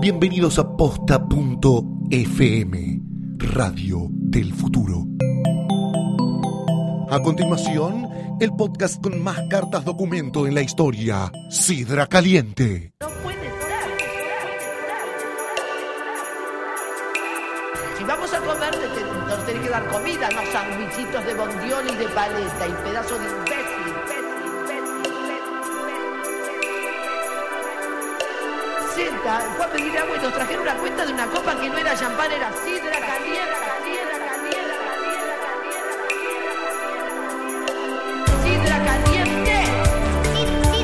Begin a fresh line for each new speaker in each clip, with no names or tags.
Bienvenidos a posta.fm, Radio del Futuro. A continuación, el podcast con más cartas documento en la historia, Sidra Caliente.
No puede ser. Si vamos a comer, te- te- nos tenés que dar comida, no sandwichitos de bondiol y de paleta y pedazo de imbécil. Senta, fue a pedir agua y nos trajeron una cuenta de una copa que no era champán, era sidra caliente, caliente, caliente, caliente, caliente, Sidra caliente.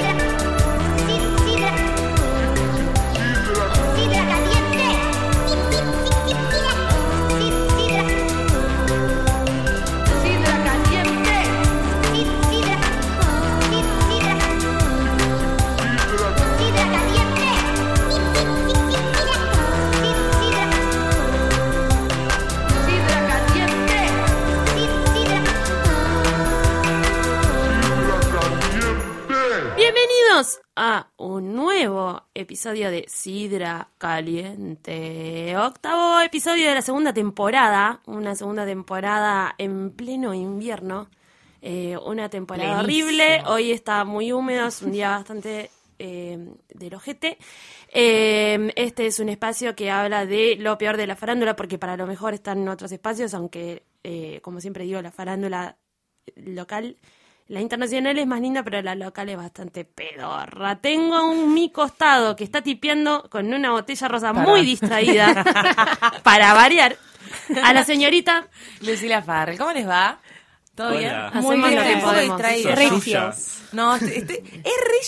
Sidra caliente, sidra caliente,
Bienvenidos a un nuevo episodio de Sidra Caliente, octavo episodio de la segunda temporada, una segunda temporada en pleno invierno, eh, una temporada
Plenísimo.
horrible, hoy está muy húmedo, es un día bastante eh, del ojete. Eh, este es un espacio que habla de lo peor de la farándula, porque para lo mejor están en otros espacios, aunque, eh, como siempre digo, la farándula local. La internacional es más linda, pero la local es bastante pedorra. Tengo a un mi costado que está tipeando con una botella rosa muy distraída, para variar, a la señorita.
Lucila Farrell, ¿cómo les va? ¿Todo
Hola.
bien?
Muy bien,
estoy un poco
podemos.
distraída.
Re
Sos
Regios.
suya.
No, este- este- es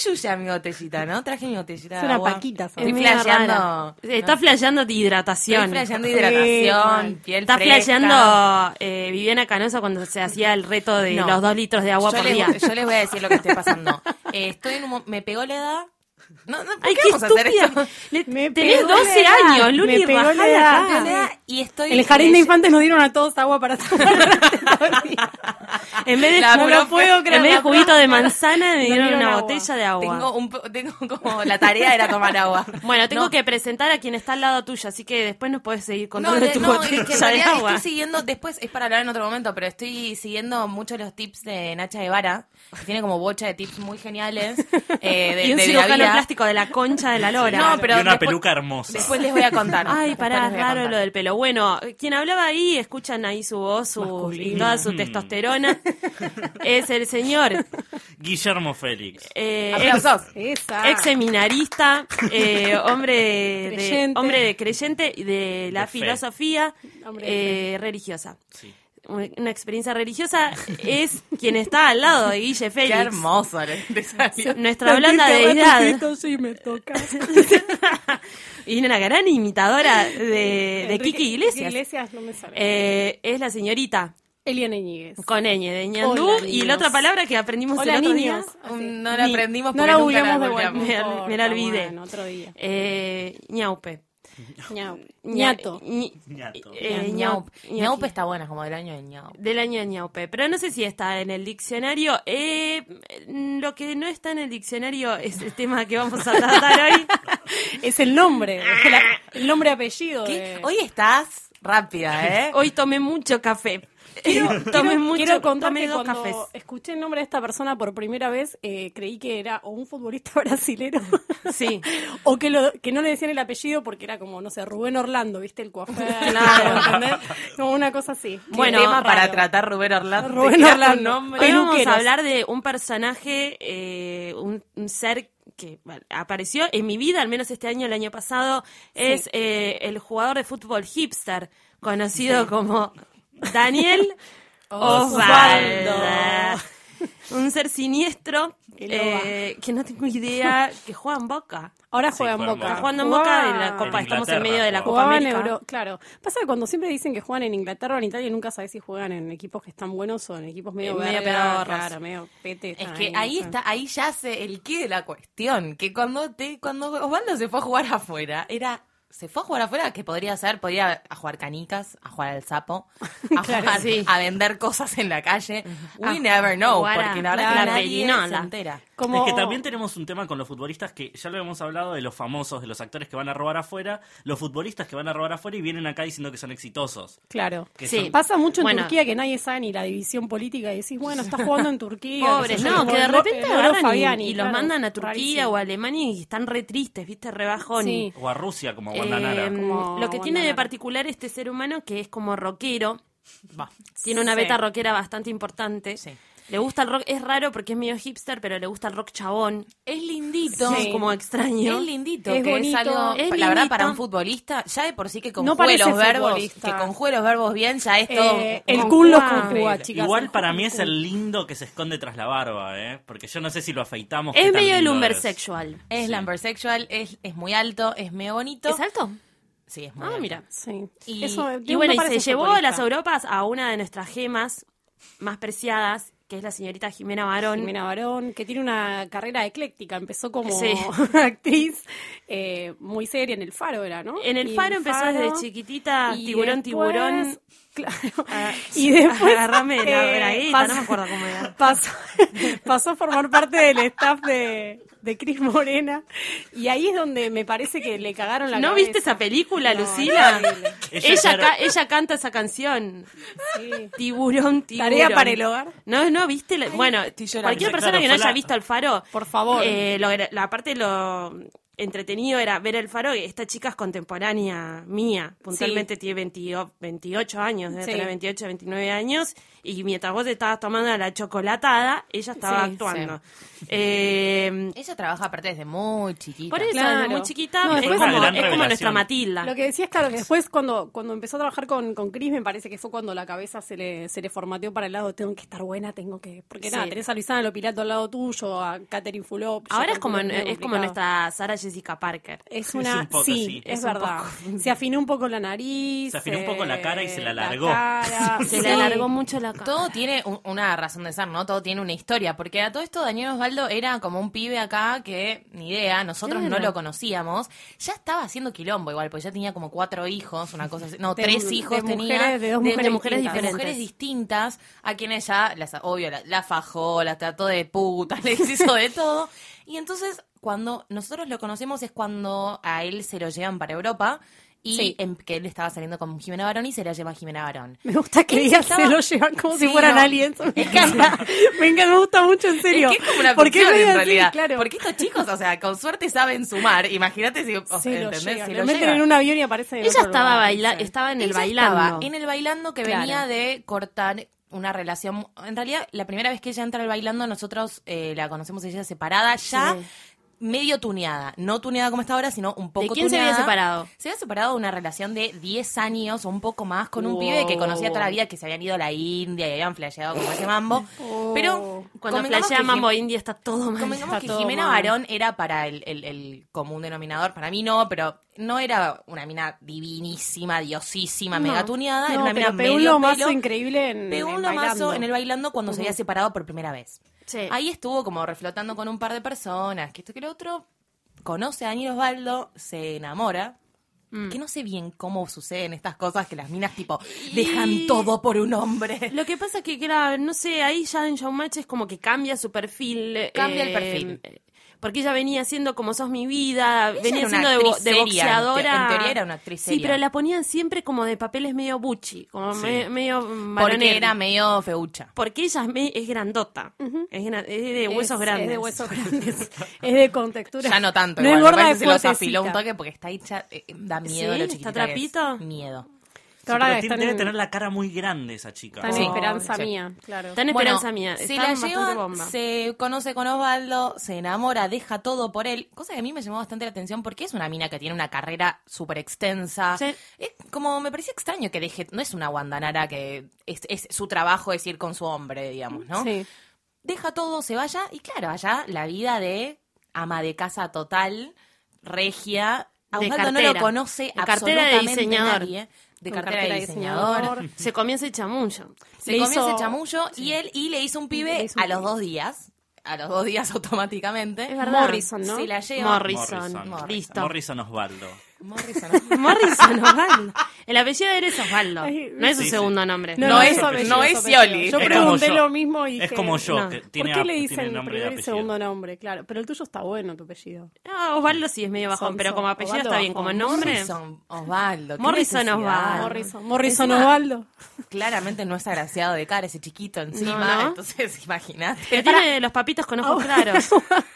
re yuya mi botellita, ¿no? Traje mi botellita.
Es
de
una
agua.
paquita, sos.
Estoy
es medio
flasheando.
rara. Está flasheando de hidratación.
Estoy flasheando
Sí,
hidratación, piel
Está
fresca.
flasheando eh, Viviana Canosa cuando se hacía el reto de
No.
los dos litros de agua
yo
por
les,
día.
Yo les voy a decir lo que estoy pasando. Eh, estoy en un, mo- me pegó la edad. No, no, ¿por
Ay,
qué,
qué
vamos a hacer
estúpida.
esto?
Le-
Me
tenés
pegó la
12
edad,
años, Luli,
me pegó
bajá
la
la
edad.
Me pegó
cara.
la edad y estoy
En el jardín de
leyendo-
infantes nos dieron a todos agua para
En vez de,
La
no lo
profe-
puedo creer, en vez de
la
juguito de
profe-
manzana, me
Nos
dieron
dieron
una
agua.
botella de agua.
Tengo, un, po- tengo como la tarea era tomar agua.
Bueno, tengo
No,
que presentar a quien está al lado tuyo, así que después nos puedes seguir
No,
contando
de-
tu
no, es que en
botella de
realidad
agua.
estoy siguiendo, después es para hablar en otro momento, pero estoy siguiendo mucho los tips de Nacha Guevara, que tiene como bocha de tips muy geniales. eh, de,
y un
de
cirujano
Vidavia.
plástico de la concha de la lora.
No, pero
y una
después-
peluca hermosa.
Después les voy a contar.
Ay, pará,
Después les
es
voy a
raro
contar.
lo del pelo. Bueno, quien hablaba ahí, escuchan ahí su voz, su, y toda
Mm.
su testosterona, es el señor,
Guillermo Félix.
eh, ex,
Aplausos.
Esa.
ex seminarista, eh, hombre, de,
Creyente.
hombre de creyente y de la
De fe.
filosofía
Hombre de
eh, religiosa.
Sí.
Una una experiencia religiosa es quien está al lado de Guille
Qué
Félix.
hermoso le- te salió.
Nuestra blanda deidad.
Sí, me toca.
Y una gran imitadora Eh, de, de Kiki Iglesias.
Iglesias no me sale.
Eh, es la señorita
Eliana Iñiguez.
con ñ de ñandú.
Hola,
y
niños.
la otra palabra que aprendimos
Hola,
el otro
niños.
día.
Un- No la
Ni-
aprendimos
No
porque
la
nunca
googleamos de vuelta.
googleamos.
Me-
por
me la
favor,
olvidé.
bueno, otro día.
Eh, ñaupe.
Ñau.
Ña-
Ñato.
Ñi-
Ñato.
eh,
Ñaup.
Ñaup-
Ñaup
Ñaupe.
está buena, como del año de Ñaup.
Del año de ñaupe. Pero no sé si está en el diccionario. Eh, lo que no está en el diccionario es el tema que vamos a tratar hoy.
Es el nombre. es
Ah.
la- el nombre apellido.
¿Qué?
Eh.
de-
Hoy estás rápida, ¿eh?
Hoy tomé mucho café. tomé
Quiero-
mucho,
quiero contar
tomé
que
dos
cuando
cafés.
escuché el nombre de esta persona por primera vez, eh, creí que era o un futbolista brasilero
Sí.
o que, lo, que no le decían el apellido porque era como, no sé, Rubén Orlando, ¿viste? El coafer.
Claro.
¿entendés? Como una cosa así.
Bueno,
tema para
raro.
tratar Rubén Orlando.
Rubén
Te queda
Orlando.
un nombre.
Hoy vamos a
Peluqueros.
hablar de un personaje, eh, un, un ser que bueno, apareció en mi vida, al menos este año, el año pasado, es eh, el jugador de fútbol hipster, conocido como Daniel Osvaldo. Un ser siniestro
Que lo va.
eh, que no tengo idea, que juega en Boca.
Ahora
Sí,
juega en
juega en Boca.
Boca.
Está jugando en
Jugaba-
Boca de la Copa,
En
estamos en medio de la Copa
Jugaba en
América.
Euro, claro. Pasa que cuando siempre dicen que juegan en Inglaterra o en Italia, nunca sabes si juegan en equipos que están buenos o en equipos medio
Eh, medio
medio
pedorros.
raro, medio pete.
Es
están
que ahí
no sé.
está, ahí yace el qué de la cuestión, que cuando te, cuando Osvaldo se fue a jugar afuera, era se fue a jugar afuera, que podría ser, podría a jugar canicas, a jugar al sapo, a,
Claro,
jugar-
sí.
a vender cosas en la calle. We
A
never know,
jugar a
porque la verdad es que
la
nadie
perinola.
se entera.
Como...
Es que también tenemos un tema con los futbolistas que ya lo hemos hablado de los famosos, de los actores que van a robar afuera, los futbolistas que van a robar afuera y vienen acá diciendo que son exitosos.
Claro.
Que
Sí.
son-
Pasa mucho en
Bueno.
Turquía que nadie sabe ni la división política y decís, bueno, está jugando en Turquía.
Pobres,
sé yo,
no, que de
Loro-
repente
Loro
agarran y-
Fabiani,
y, los
claro,
mandan a Turquía
rarísimo.
o a Alemania y están re tristes, viste, re bajón.
Sí.
O a Rusia, como a
Eh,
Wanda Nara.
Como
lo que tiene
Wanda
de
Nara.
particular este ser humano que es como rockero,
Va.
tiene una
Sí.
beta rockera bastante importante.
Sí.
Le gusta el rock, es raro porque es medio hipster, pero le gusta el rock chabón.
Oh,
Es lindito.
Es como extraño.
Es lindito,
Es
que
bonito.
es algo,
Es
la verdad,
lindito.
para un futbolista, ya de por sí que
No
conjugue
parece
los verbos,
futbolista.
que conjugue los verbos bien, ya es todo.
Eh, el
Con
Kun los
Cuba.
conjuga, chicas.
Igual
el
para
Kun
mí es
conjuga.
el lindo que se esconde tras la barba, ¿eh? Porque yo no sé si lo afeitamos. qué
Es
tan
medio
lindo
lumbersexual.
Es lumbersexual, es, es muy alto, es medio bonito.
¿Es alto?
Sí, es muy
Ah,
alto.
mira.
Sí.
Y-
Eso,
y
Y
digo,
bueno,
no
y se
parece
llevó a
futbolista.
las Europas a una de nuestras gemas más preciadas, que es la señorita Jimena Barón.
Jimena Barón, que tiene una carrera ecléctica, empezó como
Sí.
actriz eh, muy seria en El Faro, era, ¿no?
En el
Y
faro empezó desde
Faro,
chiquitita,
y
tiburón,
después-
tiburón.
Claro.
Ah,
y después.
agarrame la bragueta,
pas-
no me acuerdo cómo era.
Pasó, pasó a formar parte del staff de, de Cris Morena. Y ahí es donde me parece que le cagaron la
¿No
cabeza.
viste esa película,
No,
Lucila?
increíble.
Ella,
Ella,
claro.
ca- ella canta esa canción.
Sí.
Tiburón, tiburón.
Tarea para el hogar.
No, no, viste. la- bueno,
estoy llorando.
cualquier
Sí,
persona
claro,
que no
fue
haya
la-
visto el faro.
Por favor.
eh, lo gra- la parte lo entretenido era ver el faro. Esta chica es contemporánea mía. Puntualmente tiene 20 o- 28 años, debe
Sí.
tener 28, 29 años. Y mientras vos estabas tomando la chocolatada, ella estaba
Sí,
actuando. Eh,
Ella trabaja aparte desde muy chiquita.
por eso,
Claro.
desde muy chiquita,
No,
es,
después-
como,
Una gran
es como nuestra
revelación.
Matilda.
Lo que decía es claro que después cuando, cuando empezó a trabajar con, con Cris, me parece que fue cuando la cabeza se le, se le formateó para el lado, tengo que estar buena, tengo que. Porque nada,
Sí.
tenés a Luisana Lopilato al lado tuyo, a Catherine Fulop. yo
Ahora es como,
calculo que medio
es como
complicado.
nuestra Sara Jessica Parker.
Es una.
un poco
sí,
así.
es,
Es un
verdad. Se afinó un poco la nariz. eh,
Se afinó un poco la cara y se la alargó.
cara,
Se
sí.
le alargó mucho la cara.
Todo tiene un- una razón de ser, ¿no? Todo tiene una historia. Porque a todo esto Daniel Osvaldo era como un pibe acá que, ni idea, nosotros no
Claro.
lo conocíamos. Ya estaba haciendo quilombo igual, porque ya tenía como cuatro hijos, una cosa así. No,
De
tres
mu-
hijos
de
tenía.
mujeres- de dos mujeres
distintas.
diferentes.
De mujeres distintas, a quienes ya, las, obvio, la, la fajó, la trató de puta, les hizo de todo. Y entonces, cuando nosotros lo conocemos es cuando a él se lo llevan para Europa. Y
Sí.
em- que él estaba saliendo con Jimena Barón y se la lleva Jimena Barón.
Me gusta que
Él
digas
estaba-
se lo llevan como si
Sí,
fueran
no.
aliens. Me encanta. Me encanta, me gusta mucho, en serio.
Es que es como una
¿Por qué
ficción,
me
en
digas así?
realidad.
Claro.
Porque estos chicos, o sea, con suerte saben sumar. Imagínate si, o sea,
se lo
oh, ¿entendés?
llevan.
Si
Lo
lo
meten
llevan.
en un avión y aparece en
Ella
otro
estaba
lugar,
baila
sí.
estaba en el
Ella
bailando.
estaba en el bailando que
Claro.
venía de cortar una relación. En realidad, la primera vez que ella entra al bailando, nosotros eh, la conocemos ella separada ya.
Sí.
Medio tuneada, no tuneada como está ahora, sino un poco
quién se había
tuneada.
separado?
Se había separado de una relación de 10 años o un poco más con un
Wow.
pibe que conocía toda la vida, que se habían ido a la India y habían flasheado como ese mambo. Pero
Cuando
convengamos
flashea
que
Mambo
Jim-
India está todo mal.
Convengamos
Está
que
todo
Jimena
mal.
Barón era para el, el- el común denominador, para mí no, pero no era una mina divinísima, diosísima,
No.
megatuneada, era
No,
una mina
pero pegó un
medio
lomazo
pelo.
increíble en,
Pegó
en
un lomazo
Bailando.
en el bailando cuando se había separado por primera vez.
Sí.
Ahí estuvo como reflotando con un par de personas, que esto que lo otro. Conoce a Daniel Osvaldo, se enamora.
Mm.
Que no sé bien cómo suceden estas cosas que las minas, tipo, dejan todo por un hombre.
Lo que pasa es que, claro, no sé, ahí ya en Showmatch es como que cambia su perfil. eh,
Cambia el perfil.
eh, Porque ella venía siendo como sos mi vida, venía
era una
siendo de, bo-
actriz
de
seria, en te-
boxeadora.
en teoría era una actriz
Sí,
seria.
pero la ponían siempre como de papeles medio buchi, como
Sí.
me- medio mm,
Porque
varonera.
era medio feucha.
Porque ella es, me- es grandota, es, gra- es de
Es-
huesos grandes.
Es de huesos grandes. es de contextura.
Ya no tanto.
No
igual, me
engorda
parece que
de
se los
fuertecita.
afiló un toque porque está hecha. eh, da miedo
¿Sí?
lo
¿Está
chiquitita que es.
trapito?
Miedo.
Que ahora
Pero
están
tiene- debe
en-
tener la cara muy grande esa chica.
están en
Sí.
esperanza
Sí.
mía, claro.
Tan
Bueno,
esperanza mía.
se
Están
la
bastante
llevan,
bomba.
se conoce con Osvaldo, se enamora, deja todo por él. Cosa que a mí me llamó bastante la atención porque es una mina que tiene una carrera súper extensa.
Sí.
Es como me parecía extraño que deje. No es una guandanara que es, es su trabajo es ir con su hombre, digamos, ¿no?
Sí.
deja todo, se vaya y claro, allá la vida de ama de casa total, regia. A
De
Osvaldo no
cartera.
lo conoce
De cartera de
absolutamente
diseñador.
nadie. De
Con
cartera, de diseñador.
diseñador.
Se comienza ese chamullo.
Se
Le
comió
hizo-
ese chamullo y él y le hizo un pibe
Le hizo un
a los
pibe.
dos días. A los dos días automáticamente.
Es verdad.
Morrison, ¿no?
Se la lleva.
Morrison.
Morrison.
Listo.
Morrison Osvaldo.
Morrison.
Morrison Osvaldo. El apellido de él es Osvaldo.
Ay,
No es su
sí, sí.
segundo nombre.
No es- no es Scioli.
Yo
Es como
pregunté
yo.
lo mismo y
Es
dije,
como yo,
no.
que tiene
¿Por qué
ap-
le
tiene
dicen
nombre y
primer y
apellido.
segundo nombre? Claro, pero el tuyo está bueno, tu apellido.
Ah, Osvaldo sí es medio bajón,
Son-
pero como
son-
apellido
Osvaldo
está bien.
bajón.
Como nombre.
Morrison Osvaldo. qué
Morrison
necesidad.
Osvaldo. Ah.
Morrison, Morrison Osvaldo.
Claramente no es agraciado de cara ese chiquito encima,
No, no.
entonces imagínate.
Pero tiene los papitos con
Oh,
ojos claros.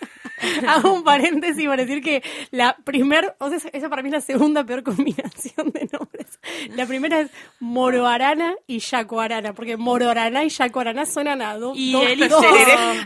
Hago un paréntesis para decir que la primer, o sea, esa para mí es la segunda peor combinación de nombres. La primera es Moroarana y Yacoarana, porque Moroarana y Yacoarana suenan a dos.
Y
dos-
el hijo-
dos-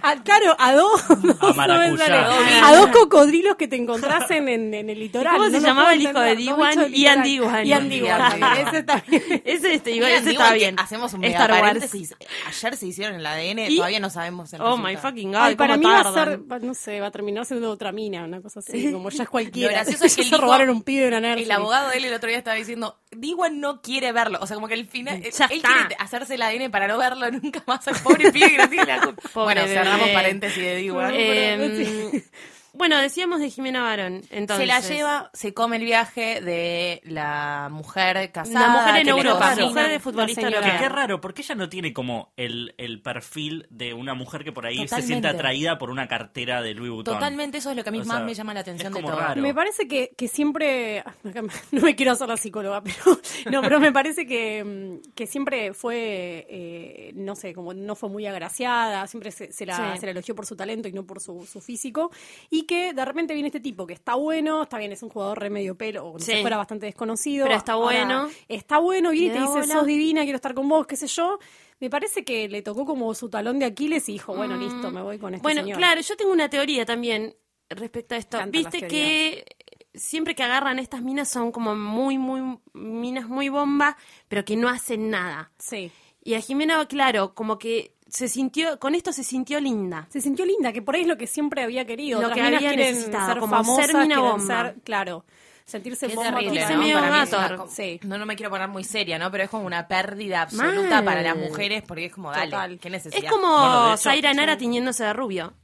a- claro, a dos. dos
maracuyá.
suenan- a dos cocodrilos que te encontrasen en, en el litoral.
¿Cómo se
lo
llamaba
puedo
el hijo de
entender, dos
Diwan?
bichos del
Ian
litoral.
Diwan.
Ian Diwan,
Diwan.
ese está bien.
ese este, igual, ese
Digo,
está
que
bien.
Hacemos un mega
Star Wars.
paréntesis. Ayer se hicieron el ADN,
Y-
todavía no sabemos el
Oh my
resultado.
fucking god.
Ay, para mí
¿cómo
va a
tardan?
ser, va- no sé, va a terminar siendo otra mina, una cosa así, como ya es cualquiera.
Lo gracioso es que
Ya
el
se
hijo-
robaron un pibe de una nerd.
El abogado de él el otro día estaba diciendo, Diwan no quiere verlo. O sea, como que el final, él
Ya
él
está.
quiere hacerse el ADN para no verlo nunca más al pobre pibe que no tiene la culpa.
Pobre
bueno, cerramos
bebé.
paréntesis de Diwan.
Em,
Eh, bueno, decíamos de Jimena Barón. Entonces,
se la lleva, se come el viaje de la mujer casada.
La mujer en
que le
Europa,
cocina.
mujer de futbolista
señora.
Que qué
europea.
raro, porque ella no tiene como el, el perfil de una mujer que por ahí se
Totalmente.
siente atraída por una cartera de Louis Vuitton.
Totalmente, eso es lo que a mí
O
más
sea,
me llama la atención
es
de
como
todo.
raro.
Me parece que, que siempre, acá me- no me quiero hacer la psicóloga, pero no, pero me parece que, mm, que siempre fue, eh, no sé, como no fue muy agraciada, siempre se, se la,
Sí.
se la elogió por su talento y no por su, su físico, y que de repente viene este tipo que está bueno, está bien, es un jugador re medio pelo, o como
Sí.
si fuera bastante desconocido.
Pero está
Ahora,
bueno.
Está bueno, viene y
Le
te
da
dice,
bola.
sos divina, quiero estar con vos, qué sé yo. Me parece que le tocó como su talón de Aquiles y dijo, bueno, listo, me voy con
Mm.
este
Bueno,
señor.
claro, yo tengo una teoría también respecto a esto.
Cantan
Viste
las
que siempre que agarran estas minas son como muy, muy, minas muy bomba, pero que no hacen nada.
Sí.
Y a Jimena, claro, como que se sintió, con esto se sintió linda.
Se sintió linda, que por ahí es lo que siempre había querido.
Lo
Otras
que
minas
había
quieren
necesitado,
ser
como
famosas,
ser mina
quieren
bomba.
ser- claro, sentirse
Qué
bomba
terrible,
total.
total.
Sí, medio
Para mí es
gator.
una co-
Sí.
No, no me quiero poner muy seria, ¿no? Pero es como una pérdida absoluta
Mal.
para las mujeres porque es como, dale,
Total.
qué
Es
necesidad.
como
Bueno, de hecho-
Zaira Nara tiñéndose de rubio.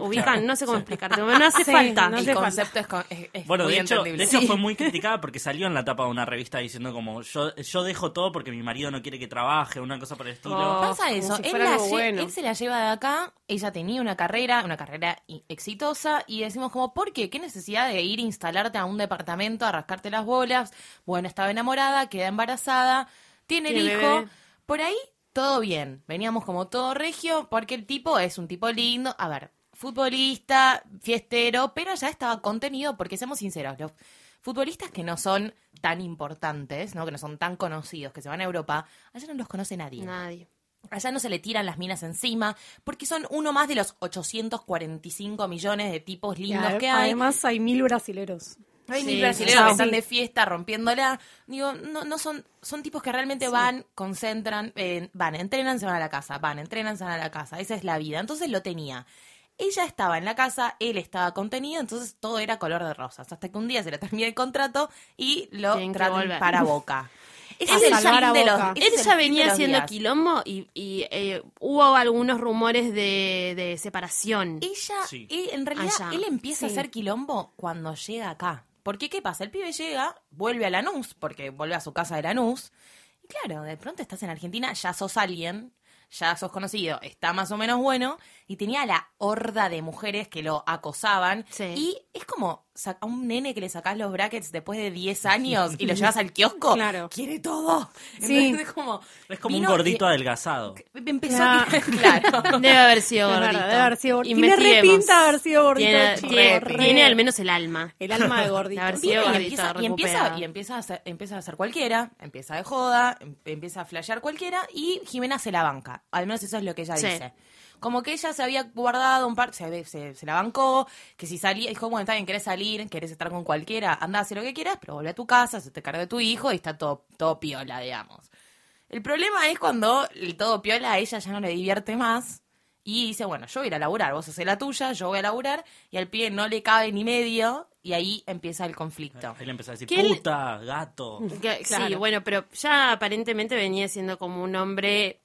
Ubican, no sé cómo explicarte. No hace
Hmm. Sí,
falta.
no
El
hace falta.
concepto es, con- es- es
Bueno,
muy
de hecho, de
entendible.
hecho fue muy criticada porque salió en la tapa de una revista diciendo como yo, yo dejo todo porque mi marido no quiere que trabaje, una cosa por el estilo.
Oh.
Pasa eso,
si
él,
fuera
la
algo
lle-
bueno.
él se la lleva de acá, ella tenía una carrera, una carrera i- exitosa, y decimos como, ¿por qué? ¿Qué necesidad de ir a instalarte a un departamento, a rascarte las bolas? Bueno, estaba enamorada, queda embarazada, tiene el
Tiene
hijo,
bebé.
por ahí todo bien, veníamos como todo regio, porque el tipo es un tipo lindo, a ver, futbolista, fiestero, pero ya estaba contenido, porque seamos sinceros, los futbolistas que no son tan importantes, ¿no? que no son tan conocidos, que se van a Europa, allá no los conoce nadie.
Nadie.
Allá no se le tiran las minas encima, porque son uno más de los 845 millones de tipos
Y
lindos
ade-
que hay.
Además hay mil brasileros.
hay
sí,
mil brasileños
chao.
que están de fiesta rompiéndola. Digo, no, no son, son tipos que realmente van, concentran, eh, van, entrenan, se van a la casa, van, entrenan, se van a la casa. Esa es la vida. Entonces lo tenía. Ella estaba en la casa, él estaba contenido, entonces todo era color de rosas. Hasta que un día se le termina el contrato y lo
Tienen que volver.
traen para boca. Ese
A
es el
salvar a
fin de los-
Boca.
ese
Él
es el
ya
fin de
venía
los
haciendo
días.
quilombo y, y, eh, hubo algunos rumores de, de separación.
Ella,
Sí.
él- en realidad,
Allá.
él empieza
Sí.
a hacer quilombo cuando llega acá. Porque, ¿qué pasa? El pibe llega, vuelve a Lanús, porque vuelve a su casa de Lanús. Y claro, de pronto estás en Argentina, ya sos alguien, ya sos conocido, está más o menos bueno. Y tenía la horda de mujeres que lo acosaban.
Sí.
Y es como sa- a un nene que le sacás los brackets después de 10 años y lo llevas al kiosco.
Claro.
Quiere todo.
Sí.
Entonces es como.
Es como un
vino
gordito
y-
adelgazado.
Empezó
Ah.
a. Claro.
Debe haber sido
Es verdad,
gordito.
debe haber sido gordito. Tiene
Investiguemos.
re pinta de haber sido gordito,
Tiene,
chico,
tiene-
re.
tiene al menos el alma.
El alma de
De
gordito.
haber
Sí,
sido
y
gordito,
empieza, y
recuperado.
empieza, y empieza a ser, empieza a ser cualquiera, empieza de joda, em- empieza a flashear cualquiera y Jimena se la banca. Al menos eso es lo que ella
Sí.
dice. Como que ella se había guardado un par, se, ve- se, se la bancó, que si salía, dijo, bueno, está bien, querés salir, querés estar con cualquiera, anda a hacer lo que quieras, pero vuelve a tu casa, se te carga de tu hijo y está todo, todo piola, digamos. El problema es cuando el todo piola a ella ya no le divierte más y dice, bueno, yo voy a ir a laburar, vos haces la tuya, yo voy a laburar y al pie no le cabe ni medio y ahí empieza el conflicto.
Él empezó a decir,
Que él-
puta, gato.
Que- Sí,
Claro.
bueno, pero ya aparentemente venía siendo como un hombre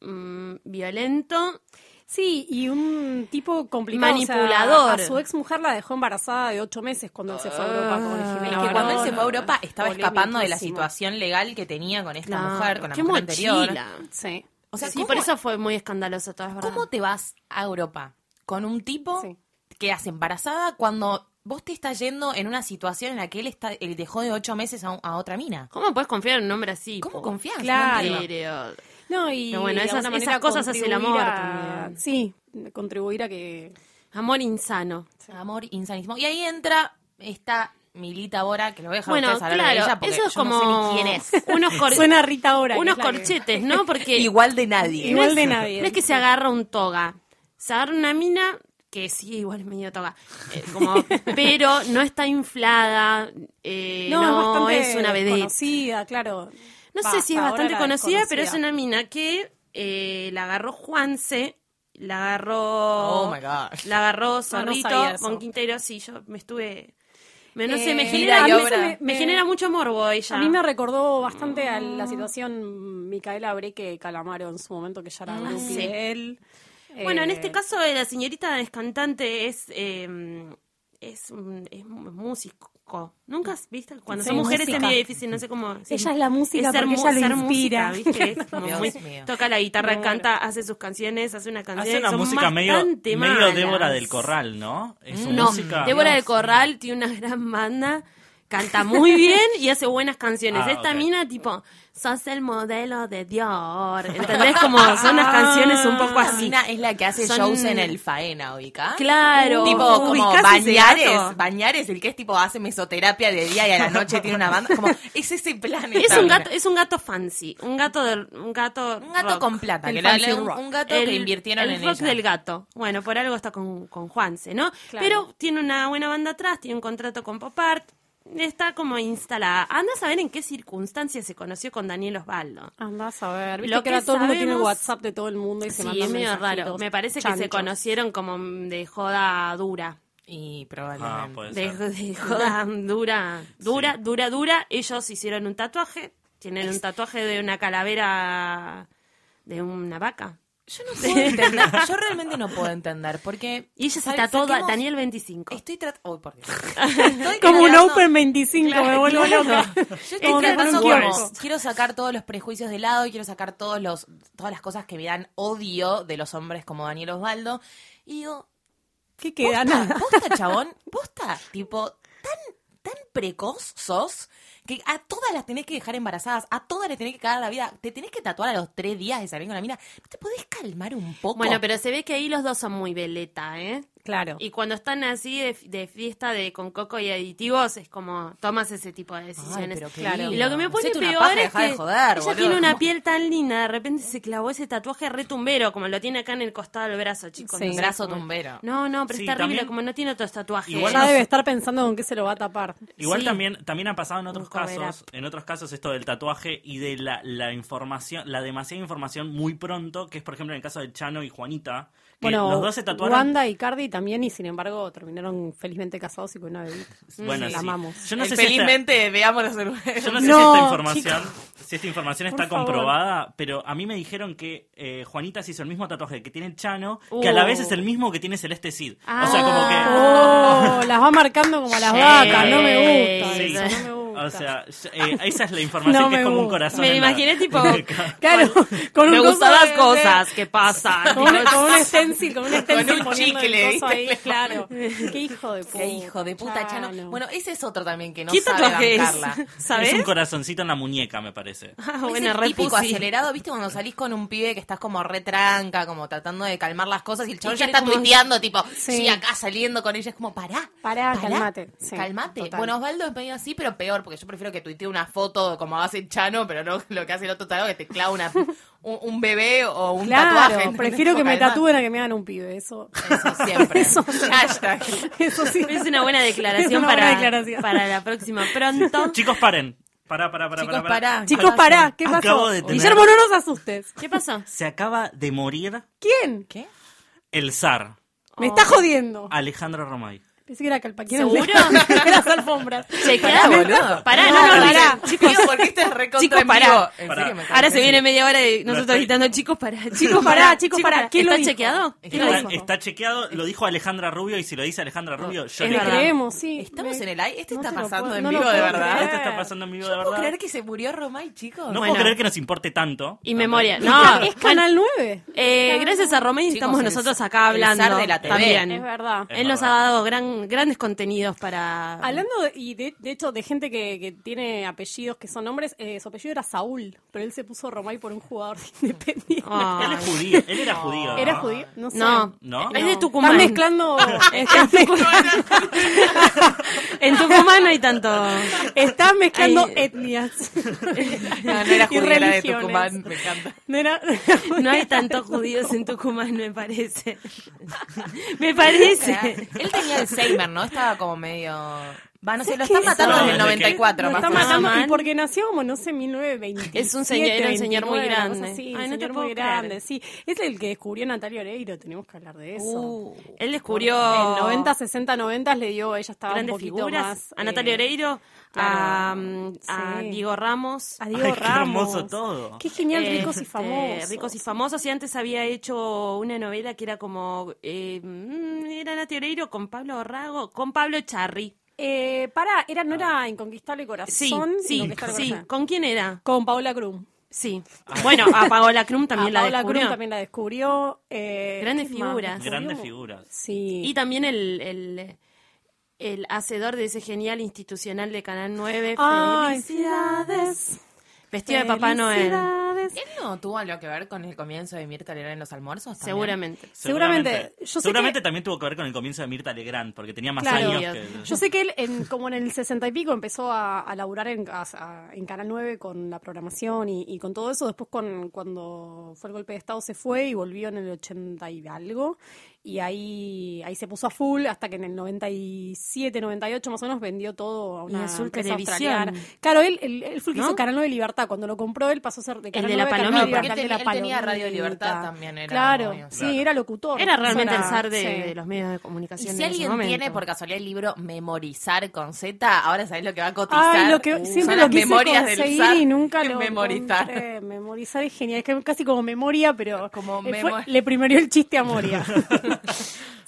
mm, violento.
Sí, y un tipo complicado. o sea,
Manipulador.
a su ex mujer la dejó embarazada de ocho meses cuando él se fue a Europa con el
Es
gemelo.
que
No,
cuando
no,
él se
no,
fue a Europa estaba escapando de la
Polémiquísimo.
situación legal que tenía con esta
Claro,
mujer, con la
qué
mujer
mochila.
anterior.
Sí.
O sea,
sí,
¿cómo-
por eso fue muy escandaloso todo, es verdad.
¿Cómo te vas a Europa con un tipo
Sí.
que hace embarazada cuando vos te estás yendo en una situación en la que él, está, él dejó de ocho meses a, un- a otra mina?
¿Cómo puedes confiar en un hombre así?
¿Cómo
po?
confías?
Claro.
No
En
entiendo.
serio.
No, y
Pero bueno,
de
esas-
alguna
esas
manera
cosas hace el amor
contribuir a-
también.
Sí, contribuir a que...
Amor insano.
Amor, insanismo. Y ahí entra esta Milita Bora, que lo voy a dejar a
Bueno,
ustedes hablar de
claro,
ella porque
eso es
yo no
como-
sé
Eh,
ni quién es.
Unos, cor-
Suena a Rita ahora.
unos corchetes, ¿no? Porque
Igual de nadie. ¿eh?
Igual de nadie.
no es que se agarra un toga. Se agarra una mina que sí, igual es medio toga. eh, como, pero no está inflada. eh, no, es, una vedette.
conocida, claro.
No
Va,
sé si es
hasta ahora
bastante
era
conocida, pero es
desconocida.
una mina que eh, la agarró Juanse, la agarró.
Oh my God.
La agarró Zorrito,
Ah, sabía eso.
Mon Quintero, sí, yo me estuve. Me, no sé, me
Eh,
genera,
vida y
a mí se
obra.
me, me genera mucho morbo ella.
A mí me recordó bastante a la situación Micaela Breque Calamaro en su momento, que ya era groupie
Ah, sí.
de él.
Bueno, en
Eh,
este caso eh, la señorita es cantante, es eh, es, un- es un músico. Nunca has visto cuando
Sí,
son mujeres
música.
es medio difícil, no sé cómo. sí.
Ella es la música
ser
porque
mu-
ella lo
ser
inspira.
música, ¿viste? Es como
Dios
muy-
mío.
toca la guitarra,
Bueno.
canta, hace sus canciones, hace una canción.
Hace una
son
música medio,
bastante
medio
malas.
Débora del Corral, ¿no? Es su
No,
música.
Débora del Corral tiene una gran banda, canta muy bien y hace buenas canciones.
Ah,
Esta
ok.
mina, tipo, sos el modelo de Dior. ¿Entendés? Como son las canciones un poco así.
Asina es la que hace
Son-
shows en el Faena, ¿ubicá?
Claro.
Tipo, como
¿Ubicás ese
Bañares,
gato?
Bañares, el que es tipo hace mesoterapia de día y a la noche tiene una banda. Como, es ese plan.
Es
esta
un
mina.
gato, es un gato fancy, un gato del, un gato,
Un gato
rock.
con plata,
El
que la-
fancy
un,
rock.
un gato que invirtieron
el
en
rock
ella.
del gato. Bueno, por algo está con, con Juanse, ¿no?
Claro.
Pero tiene una buena banda atrás, tiene un contrato con Pop Art, está como instalada. Anda a saber en qué circunstancias se conoció con Daniel Osvaldo.
Andás a ver. Viste
Lo
que, ahora
que
todo el mundo tiene
sabemos-
WhatsApp de todo el mundo y se
Sí,
mandan
es medio
mensajitos.
raro. Me parece que se
Chanchos.
conocieron como de joda dura.
Y
Ah,
probablemente.
puede
De,
ser.
de joda dura, dura, dura, dura. Ellos hicieron un tatuaje. Tienen un tatuaje de una calavera de una vaca.
Yo no puedo entender. Yo realmente no puedo entender porque.
Y ella se
Sa-
tatuó da-
saquemos-
Daniel 25.
Estoy tratando. por Dios.
Como un
tratando-
Open 25, me vuelvo
claro.
loca.
Yo
Como
estoy tratando
Dragon
como,
Quest.
quiero sacar todos los prejuicios de lado y quiero sacar todos los, todas las cosas que me dan odio de los hombres como Daniel Osvaldo. Y digo,
¿Qué queda?
posta,
Nada.
posta, chabón, posta, tipo, tan, tan precoz sos que a todas las tenés que dejar embarazadas, a todas les tenés que cagar la vida, te tenés que tatuar a los tres días de salir con la mina. ¿No te podés calmar un poco?
Bueno, pero se ve que ahí los dos son muy veleta, ¿eh?
Claro.
Y cuando están así de, de fiesta de con coco y aditivos, es como tomas ese tipo de decisiones.
pero qué
claro.
lindo.
Y lo que me pone
Hacete una
peor
paja y
es
dejá
que
de joder,
ella
boludo.
tiene una
Como-
piel tan linda, de repente se clavó ese tatuaje retumbero, como lo tiene acá en el costado del brazo, chicos.
Sí.
No sé
Brazo
cómo-
tumbero.
No, no, pero
Sí,
es terrible,
también-
como no tiene otros tatuajes.
Igual
ya
no-
debe estar pensando con qué se lo va a tapar.
Igual
Sí.
también, también ha pasado en otros
Un cover
casos,
up.
en otros casos esto del tatuaje y de la, la información, la demasiada información muy pronto, que es por ejemplo en el caso de Chano y Juanita, que
Bueno,
los dos se tatuaron.
Wanda y Cardi también, y sin embargo terminaron felizmente casados y con una bebita.
Mm, Bueno,
la
sí.
amamos.
Yo no
El
sé si esta-
felizmente veamos los celulares.
Yo no sé si
No,
esta información, si esta información
Por
está
favor.
comprobada, pero a mí me dijeron que eh, Juanita se hizo el mismo tatuaje que tiene Chano, que
Uh.
a la vez es el mismo que tiene Celeste Cid.
Ah.
O sea, como que.
Oh, las va marcando como a las
Sí.
vacas. No me gusta
Sí.
eso, no me gusta.
O sea, eh, esa es la información
No
que es
me
como un
gusta.
corazón.
Me
en la-
imaginé tipo.
claro, con un
me
coso
gustan las
de-
cosas que pasan.
de- Con, un- con un stencil, con un stencil
un
poniendo el
chicle,
coso ahí,
¿viste?
claro. Qué hijo de puta.
Qué hijo de puta, Chano. Bueno, ese es otro también que no
¿Qué
sabe
tatuaje es?
bancarla.
Es un
¿Sabes?
corazoncito en la muñeca, me parece.
Ah,
Es
bueno,
el
re
típico
pussy.
acelerado, ¿viste? Cuando salís con un pibe que estás como re tranca, como tratando de calmar las cosas y el chabón
Y
ya
quiere
está
como-
tuiteando, tipo,
Sí.
sí. acá saliendo con ella. Es como, pará.
Pará, calmate. Sí,
calmate.
total.
Bueno, Osvaldo es medio así, pero peor, porque yo prefiero que tuitee una foto como hace Chano, pero no lo que hace el otro tarado que te clava una, un, un bebé o un
Claro,
tatuaje. ¿entendés?
prefiero que
Como,
me
calmate.
tatúen a que me hagan un pibe, eso.
Eso siempre.
Eso.
Hashtag.
Eso sí.
Es una buena declaración,
Es una
para,
buena declaración.
para la próxima pronto.
Chicos, paren. Pará, pará, pará,
Chicos,
pará, pará.
pará.
Chicos, pará, ¿qué pasó?
Acabo de tener-
Guillermo, no nos asustes.
¿Qué pasó?
Se acaba de morir
¿Quién?
¿Qué?
el zar,
Me está jodiendo.
Alejandro Romay.
Oh. Ah, Pensé que era calpaquero.
¿Seguro?
Las alfombras.
Chequeá, boludo. Pará, no, no, pará.
Chicos, porque este es recontra
Chicos,
en vivo.
pará.
En
Pará.
serio, me cago.
Ahora se viene media hora de
No,
nosotros
estoy-
gritando, chicos, pará, chicos, pará, chicos, pará.
¿Quién lo
¿Está
dijo?
chequeado?
¿Quién lo
Está,
dijo?
está chequeado, lo dijo Alejandra Rubio y si lo dice Alejandra Rubio, yo
es
le
Le
verdad.
creo.
creemos, sí.
Estamos
Le-
en el aire. Este
No
está
te lo
pasando
puedo-
en
no lo
vivo de
puedo
verdad.
creer.
Esto está pasando en vivo de
¿Puedo
verdad.
creer que se murió Romay, chicos?
No
Bueno.
puedo creer que nos importe tanto.
Y memoria. No,
Ah, Es Canal 9.
Eh, gracias a Romeo
Chicos,
estamos
el-
nosotros acá
el
hablando
zar de la TV.
también.
Es verdad.
Es
Él nos ha
verdad.
dado gran, grandes contenidos para...
Hablando, de- y de, de hecho, de gente que, que tiene apellidos que son hombres, eh, su apellido era Saúl, pero él se puso Romay por un jugador de independiente.
Ah.
Ay.
Él es judío, él era judío.
Era
¿no?
judío, no sé.
No,
¿No?
es de
Estás
Tucumán.
mezclando.
Está en Tucumán. en Tucumán no hay tanto...
Estás mezclando
Ay.
etnias.
No, no era judía, era
Y
de
religiones.
Tucumán. Me encanta.
No era-
No hay tantos judíos en Tucumán, me parece. Me parece.
Él tenía Alzheimer, ¿no? Estaba como medio... Va, no sé, lo
que-
están matando
No,
desde el
desde que-
94.
Lo
más
está
o menos.
matando
Tucumán.
y porque nació como no sé 1920.
Es un señor- era un señor muy grande.
Sí,
Ay, no te
señor
puedo
muy
creer.
grande, sí. Es el que descubrió Natalia Oreiro, tenemos que hablar de eso.
Él Uh, descubrió...
En 90, 60, 90 le dio, ella estaba
grandes
un poquito
figuras.
más.
a
eh,
Natalia Oreiro, a, mm, a
sí.
Diego Ramos.
A
Ay,
Diego
qué
Ramos.
hermoso todo.
Qué genial,
eh,
ricos y
este,
famosos.
Ricos y famosos. Y antes había hecho una novela que era como. eh, mm, era Natalia Oreiro con Pablo Rago, con Pablo Charri.
Eh, para, era, no era Inconquistable
Ah. Sí,
Corazón.
sí,
Inconquistable
sí.
Corazón.
¿Con quién era?
Con Paula Krum.
Sí. Bueno, a Paola Krum también
A
la
Paola
descubrió.
Krum también la descubrió. eh,
Grandes
¿quién más?
figuras.
Descubrió-
Grandes figuras.
Sí.
Y también el, el, el hacedor de ese genial institucional de Canal 9.
Ay,
felicidades. Vestido de Papá Noel.
Felicidades.
¿Él no tuvo algo que ver con el comienzo de Mirta Legrand en los almuerzos? también?
Seguramente.
Seguramente. Yo sé
Seguramente
que-
también tuvo que ver con el comienzo de Mirta Legrand, porque tenía más
Claro.
años que.
Yo sé que él, en, como en el sesenta y pico, empezó a, a laburar en, a- a- en Canal 9 con la programación y, y con todo eso. Después, con, cuando fue el golpe de Estado, se fue y volvió en el 80 y algo. Y ahí, ahí se puso a full hasta que en el 97, 98 más o menos vendió todo a una
Y Azul
empresa
Televisión.
australiana. Claro, él, él, él fue el que
¿No?
hizo Canal 9 Libertad. Cuando lo compró, él pasó a ser de Canal
de la
9 a Canal
Palomita.
Libertad,
Porque él
de la
tenía- él tenía Radio
Palomita.
Libertad también, era
Claro,
muy-
sí,
Claro.
era locutor.
Era realmente el
Era-
zar de,
sí.
de los medios de
Y
comunicación.
si
en ese
alguien
momento.
tiene por casualidad el libro Memorizar con Z, ahora sabés lo que va a cotizar.
Ay, lo que
Uh,
siempre
son
lo
las
quise
memorias del
conseguir
zar.
y nunca lo
Memorizar.
encontré. Memorizar es genial, es que casi como memoria, pero
Como
eh,
memo-
fue- le primerió el chiste a Moria.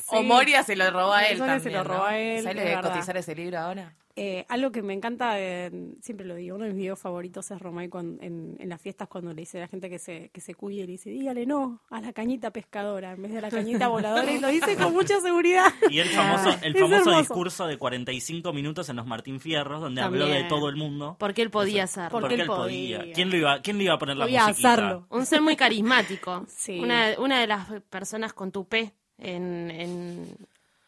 O
Sí.
Moria se lo robó a él
Moria
también.
se lo
¿no?
robó a él,
¿Sabés lo
es
que va a
verdad.
cotizar ese libro ahora?
Eh, algo que me encanta, eh, siempre lo digo, uno de mis videos favoritos es Romay cuan- en, en las fiestas cuando le dice a la gente que se, que se cuide, le dice, dígale no a la cañita pescadora en vez de a la cañita voladora y lo dice con mucha seguridad.
Y el
Ah,
famoso, el
Es
famoso
hermoso.
discurso de 45 minutos en los Martín Fierros, donde habló
También.
de todo el mundo.
Porque él podía hacerlo.
Porque él podía.
¿Quién, lo iba, ¿Quién le iba a poner la
Podía
musiquita?
hacerlo.
Un ser muy carismático.
Sí.
una, una de las personas con tu P en, en,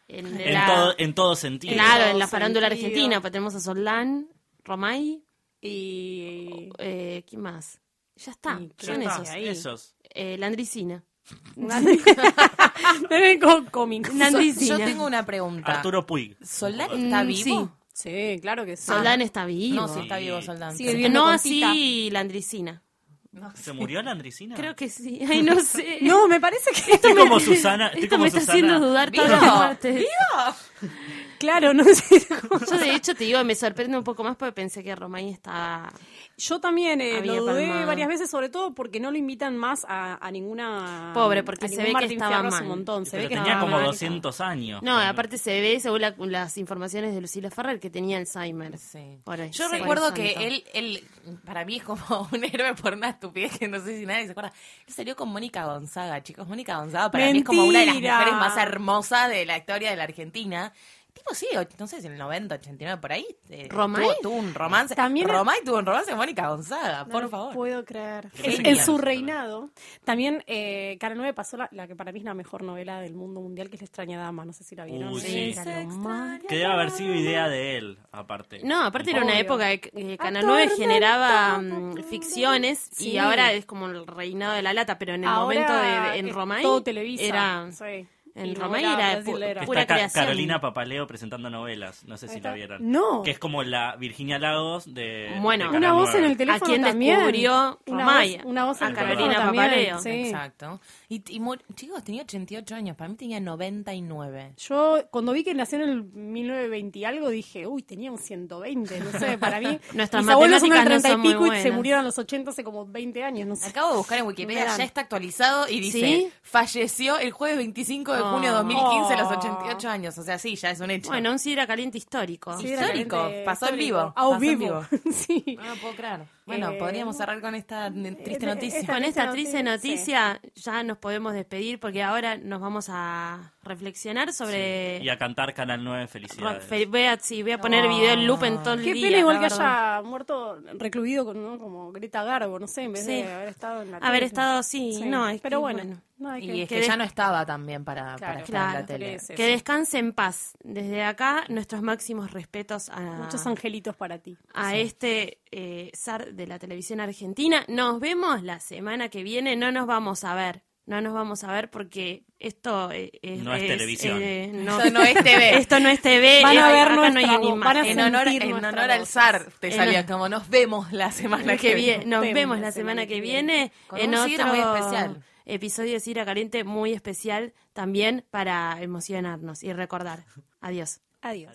en
En,
la-
todo, en todo sentido.
claro, en la
todo
farándula
sentido.
argentina. Pues tenemos a Solán, Romay,
Y
eh, ¿quién más? Ya está.
Y
Ya
Son
está,
esos.
esos.
Eh, Landricina.
Ah, Deben con cómics.
So-
Landricina.
yo tengo una pregunta.
Arturo Puig.
¿Soldán está
Mm,
vivo?
sí.
Sí, claro que sí.
Solán está vivo.
No, sí está vivo Soldán.
Sigue
Que
viviendo
no
con
así Landricina.
¿Se murió la Andricina?
Creo que sí. Ay, no sé.
No, me parece que
Estoy como Susana. Estoy
Esto
como
me está
Susana.
haciendo dudar
¿Vivo?
todas las partes.
Claro, no sé. cómo-
Yo de hecho te digo, me sorprende un poco más porque pensé que Romay estaba...
Yo también eh,
Había
lo dudé
palmado.
varias veces, sobre todo porque no lo invitan más a, a ninguna.
Pobre, porque
a
se
ningún
ve que
Martín
estaba
Fierro hace
mal.
un montón. Se
Pero
ve que
tenía
estaba
como
mal.
200 años.
No, aparte se ve, según la- las informaciones de Lucila Ferrer, que tenía Alzheimer.
Sí.
Por ahí,
Yo
por
recuerdo
eso
que
tanto.
él, él, para mí es como un héroe por una estupidez que no sé si nadie se acuerda. Él salió con Mónica Gonzaga, chicos. Mónica Gonzaga para mí es como una de las
Mentira.
mujeres más hermosas de la historia de la Argentina. Tipo, sí, o- no sé si en el 90, 89, por ahí. eh,
¿Romay?
Tuvo, tuvo un romance.
También-
Romay tuvo un romance con Mónica Gonzaga,
No
por
lo
favor.
puedo creer.
Qué
En,
genial.
en su reinado, también eh, Cara 9 pasó la, la que para mí es la mejor novela del mundo mundial, que es La extraña dama. No sé si la vieron.
Uy,
sí.
Era lo más-
Que debe haber sido idea de él, aparte.
No, aparte era una
Obvio.
época que eh, Canal 9
Atormenta
generaba
tu
mm,
vida.
ficciones y
Sí.
ahora es como el reinado de la lata, pero en el
Ahora
momento de, en
es
Romay
Todo Televisa.
era,
Sí.
en
Y no
Romay
era
era pu-
brasilera.
Que
pura
está Ca-
creación.
Carolina Papaleo presentando novelas. No sé si la vieron.
No.
Que es como la Virginia Lagos de.
Bueno.
de Canal
Una voz en
nueve.
el teléfono
¿A quién
también.
descubrió
una
Romay?
voz, una voz en
A
el
Carolina
teléfono también,
Papaleo.
sí.
Exacto. Y, y mu- chicos, tenía 88 años, para mí tenía 99.
Yo cuando vi que nació en el 1920 y algo dije, uy, tenía un 120, no sé, para mí.
Nuestras
mis abuelos son de
matemáticas no son
30 y
muy
pico y se
buenas.
murieron a los 80 hace como 20 años, no sé.
Acabo de buscar en Wikipedia,
Mirá.
ya está actualizado y dice,
¿Sí?
falleció el jueves 25 de
Oh.
junio de 2015 a los
Oh.
88 años. O sea, sí, ya es un hecho.
Bueno, un sidra caliente histórico.
Sí. histórico,
claramente
pasó en
histórico.
vivo,
Ah,
pasó en
vivo. sí.
no lo puedo creer. Bueno,
Eh,
podríamos cerrar con esta ne- triste
eh,
noticia.
esta-
Con esta triste
triste
noticia ya nos podemos despedir porque ahora nos vamos a reflexionar sobre...
Y a cantar Canal 9
Rock
Felicidades.
Fe- voy, a, sí, voy a poner video en loop en todo el
Qué
día.
pena igual
la
que
verdad.
haya muerto recluido con, ¿no? como Greta Garbo, no sé, en vez
Sí.
de haber estado en la
Haber
tele.
estado, sí, no, es
Pero
que,
bueno,
bueno.
nada
y es
que...
que,
des-
ya no estaba también para, para
Claro,
estar en la
claro,
tele.
tres.
Que descanse en paz. Desde acá, nuestros máximos respetos a,
Muchos angelitos para ti.
a este eh, zar de la televisión argentina. Nos vemos la semana que viene. No nos vamos a ver. No nos vamos a ver porque esto eh, es,
No es televisión.
eh, no.
Esto no es TV.
Esto no es TV.
Van a
eh,
ver
acá no hay
nuestra
ni
voz, van a
imagen.
en honor,
sentir
en
nuestra
honor al
voz.
zar te
En
salía
hon-
como nos vemos la semana que
que
viene.
bien. Nos vemos la semana que viene
Con
en
un
otro
sidra muy especial.
episodio de Cira Caliente muy especial también para emocionarnos y recordar. Adiós.
Adiós.